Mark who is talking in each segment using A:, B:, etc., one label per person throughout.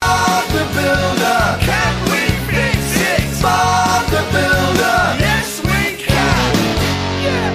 A: Bob the Builder. Can we fix it? Bob the Builder. Yes, we can. Yeah.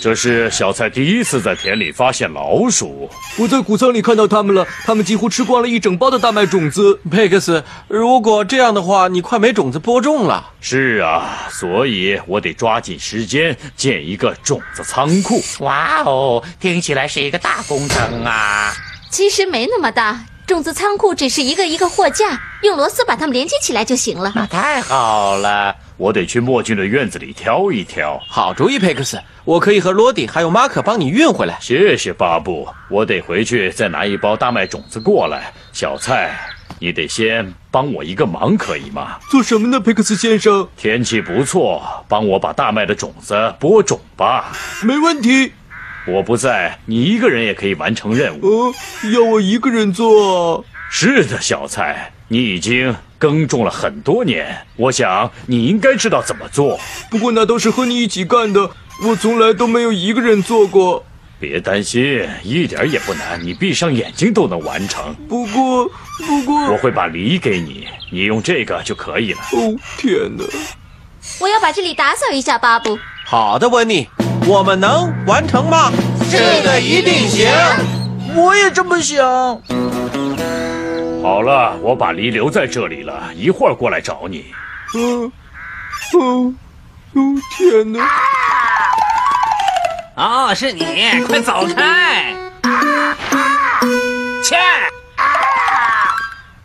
B: 这是小蔡第一次在田里发现老鼠。
C: 我在谷仓里看到它们了，它们几乎吃光了一整包的大麦种子。
D: 佩克斯，如果这样的话，你快没种子播种了。
B: 是啊，所以我得抓紧时间建一个种子仓库。
E: 哇哦，听起来是一个大工程啊！
F: 其实没那么大，种子仓库只是一个一个货架，用螺丝把它们连接起来就行了。
E: 那太好了，
B: 我得去墨俊的院子里挑一挑。
D: 好主意，佩克斯，我可以和罗迪还有马可帮你运回来。
B: 谢谢巴布，我得回去再拿一包大麦种子过来。小蔡，你得先帮我一个忙，可以吗？
C: 做什么呢，佩克斯先生？
B: 天气不错，帮我把大麦的种子播种吧。
C: 没问题。
B: 我不在，你一个人也可以完成任务。
C: 哦，要我一个人做啊？
B: 是的，小蔡，你已经耕种了很多年，我想你应该知道怎么做。
C: 不过那都是和你一起干的，我从来都没有一个人做过。
B: 别担心，一点也不难，你闭上眼睛都能完成。
C: 不过，哦不过，
B: 我会把梨给你，你用这个就可以了。
C: 哦天哪！
F: 我要把这里打扫一下，巴布。啊
D: 好的，温妮，我们能完成吗？
F: 是的一定行。
G: 我也这么想。
B: 好了，我把梨留在这里了，一会儿过来找你。
C: 嗯、哦，哦天哪！
G: 哦，是你，快走开！切！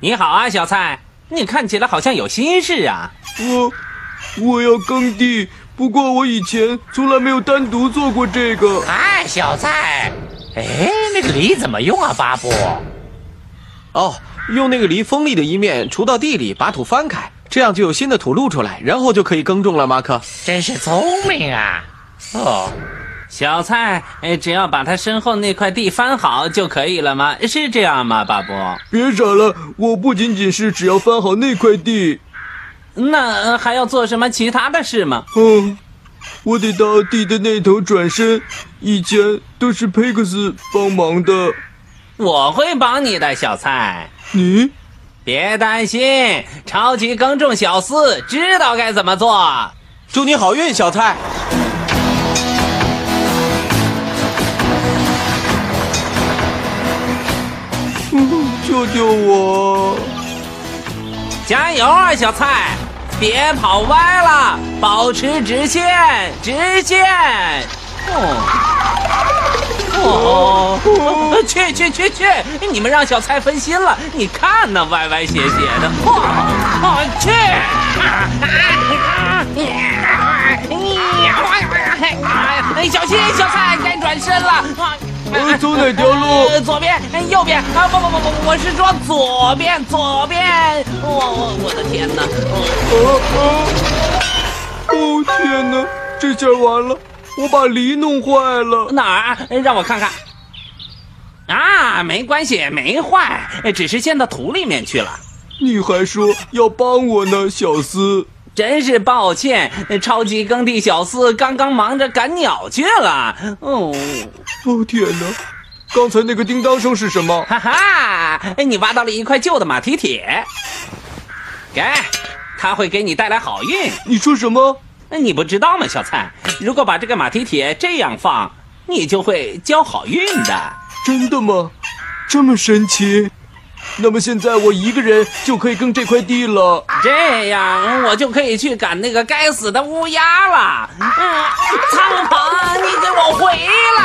G: 你好啊，小蔡，你看起来好像有心事啊。
C: 我我要耕地，不过我以前从来没有单独做过这个。
E: 嗨，小蔡，哎，那个梨怎么用啊，巴布？
D: 哦，用那个离锋利的一面锄到地里，把土翻开，这样就有新的土露出来，然后就可以耕种了。马克，
E: 真是聪明啊！哦，
G: 小蔡，哎，只要把他身后那块地翻好就可以了吗？是这样吗，巴布？
C: 别傻了，我不仅仅是只要翻好那块地。
G: 那、呃还要做什么其他的事吗？
C: 嗯，我得到地的那头转身，以前都是佩克斯帮忙的。
G: 我会帮你的，小蔡，
C: 你
G: 别担心。超级耕种小四知道该怎么做。
D: 祝你好运，小蔡。
C: 嗯救救我！
G: 加油啊，小蔡！别跑歪了，保持直线，直线。哦，哦，去去去去！你们让小蔡分心了。你看那歪歪斜斜的，哇，哦、去！哎，小心，小蔡，该转身了。啊
C: 呃走哪条路
G: 呃左边，哎右边啊！不不不不，我是说左边，左边。我我我的天哪！哦
C: 哦天哪，这下完了，我把梨弄坏了。
G: 哪儿？哎让我看看。啊，没关系，没坏，哎只是陷到土里面去了。
C: 你还说要帮我呢，小斯。
G: 真是抱歉，哎超级耕地小四刚刚忙着赶鸟去了。哦，
C: 哦天哪，刚才那个叮当声是什么？
G: 哈哈，哎你挖到了一块旧的马蹄铁，给，它会给你带来好运。哎
C: 你说什么？
G: 你不知道吗，小蔡？如果把这个马蹄铁这样放，你就会交好运的。
C: 真的吗？这么神奇？那么现在我一个人就可以耕这块地了。
G: 这样我就可以去赶那个该死的乌鸦了。嗯，苍鹏，你给我回来！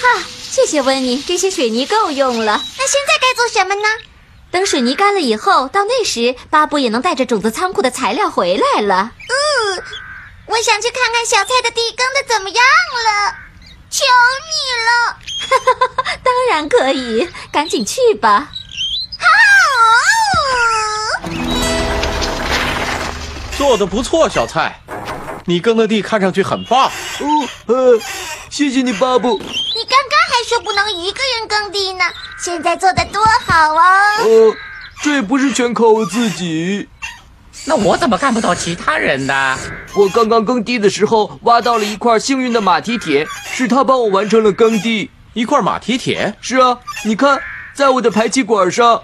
F: 哈，谢谢温妮，这些水泥够用了。
H: 那现在该做什么呢？
F: 等水泥干了以后，到那时巴布也能带着种子仓库的材料回来了。
H: 嗯我想去看看小菜的地耕的怎么样了，求你了！
F: 当然可以，赶紧去吧。
D: 做的不错，小蔡，你耕的地看上去很棒。
C: 哦，呃，谢谢你，巴布。
H: 你刚刚还说不能一个人耕地呢，现在做的多好哦！
C: 呃，这也不是全靠我自己。
E: 那我怎么看不到其他人呢？
C: 我刚刚耕地的时候挖到了一块幸运的马蹄铁，是他帮我完成了耕地。
D: 一块马蹄铁，
C: 是啊，你看，在我的排气管上。哦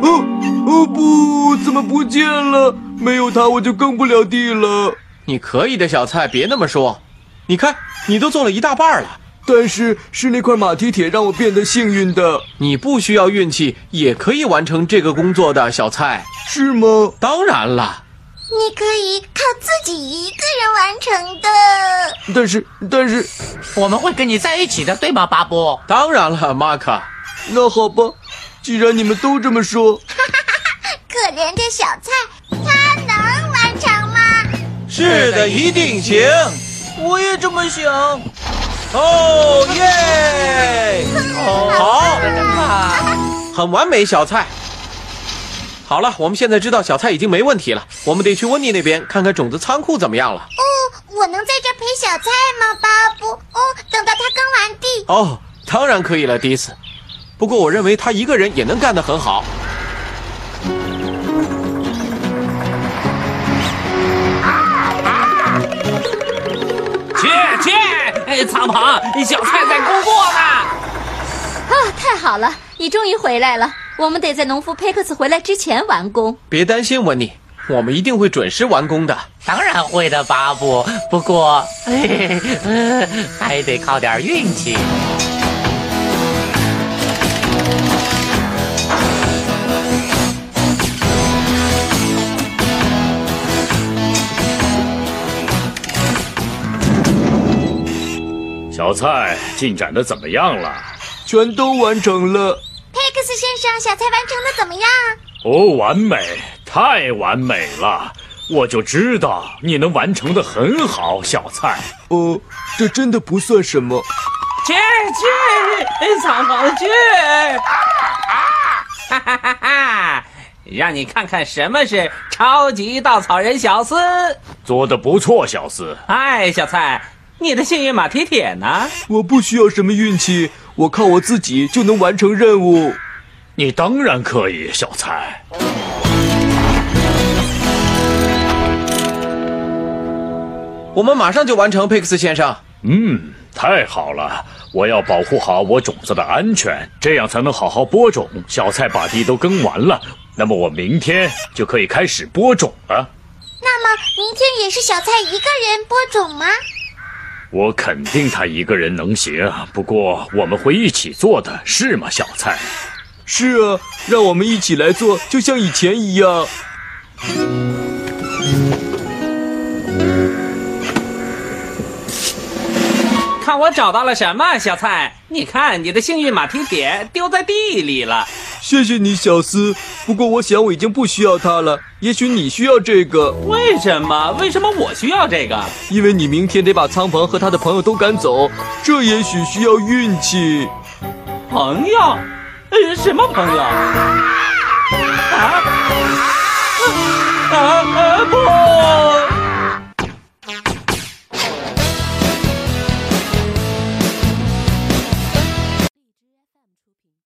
C: 哦不，怎么不见了？没有它我就耕不了地了。
D: 你可以的，小蔡，别那么说。你看，你都做了一大半了，
C: 但是是那块马蹄铁让我变得幸运的，
D: 你不需要运气也可以完成这个工作的，小蔡。
C: 是吗？
D: 当然了，
H: 你可以靠自己一个人完成的。
C: 但是但是，
E: 我们会跟你在一起的，对吗，巴布？
D: 当然了，马克。
C: 那好吧，既然你们都这么说，
H: 可怜的小菜，它能完成吗？
D: 是的，一定行。
G: 我也这么想。
D: 哦耶！哦好，
G: 啊
D: 很完美，小蔡。好了，我们现在知道小蔡已经没问题了，我们得去温妮那边看看种子仓库怎么样了。
H: 哦，我能在这陪小菜吗，巴布？哦，等到它耕完地，
D: 哦，当然可以了，迪斯。不过我认为他一个人也能干得很好。
G: 去去，哎，苍鹏，小菜在工作呢。
F: 啊，太好了，你终于回来了。我们得在农夫佩克斯回来之前完工。
D: 别担心，温妮，我们一定会准时完工的。
E: 当然会的，巴布。不过，嘿嘿呃还得靠点运气。
B: 小蔡进展的怎么样了？
C: 全都完成了。
H: 佩克斯先生，小菜完成的怎么样？
B: 哦，完美，太完美了！我就知道你能完成的很好，小蔡。
C: 哦，这真的不算什么。
G: 去去，哎苍鹏去。哈哈哈哈！让你看看什么是超级稻草人小斯。
B: 做的不错，小斯。
G: 哎，小蔡，你的幸运马蹄铁呢？
C: 我不需要什么运气，我靠我自己就能完成任务。
B: 你当然可以，小蔡。
D: 我们马上就完成，佩克斯先生。
B: 嗯，太好了！我要保护好我种子的安全，这样才能好好播种。小蔡把地都耕完了，那么我明天就可以开始播种了。
H: 那么明天也是小菜一个人播种吗？
B: 我肯定他一个人能行，啊不过我们会一起做的，是吗，小蔡？
C: 是啊，让我们一起来做，就像以前一样。
G: 看我找到了什么，小蔡？你看你的幸运马蹄铁丢在地里了。
C: 谢谢你，小斯。不过我想我已经不需要它了，也许你需要这个，
G: 为什么？为什么我需要这个？
C: 因为你明天得把苍鹏和他的朋友都赶走，这也许需要运气。
G: 朋友？呃，什么朋友？啊！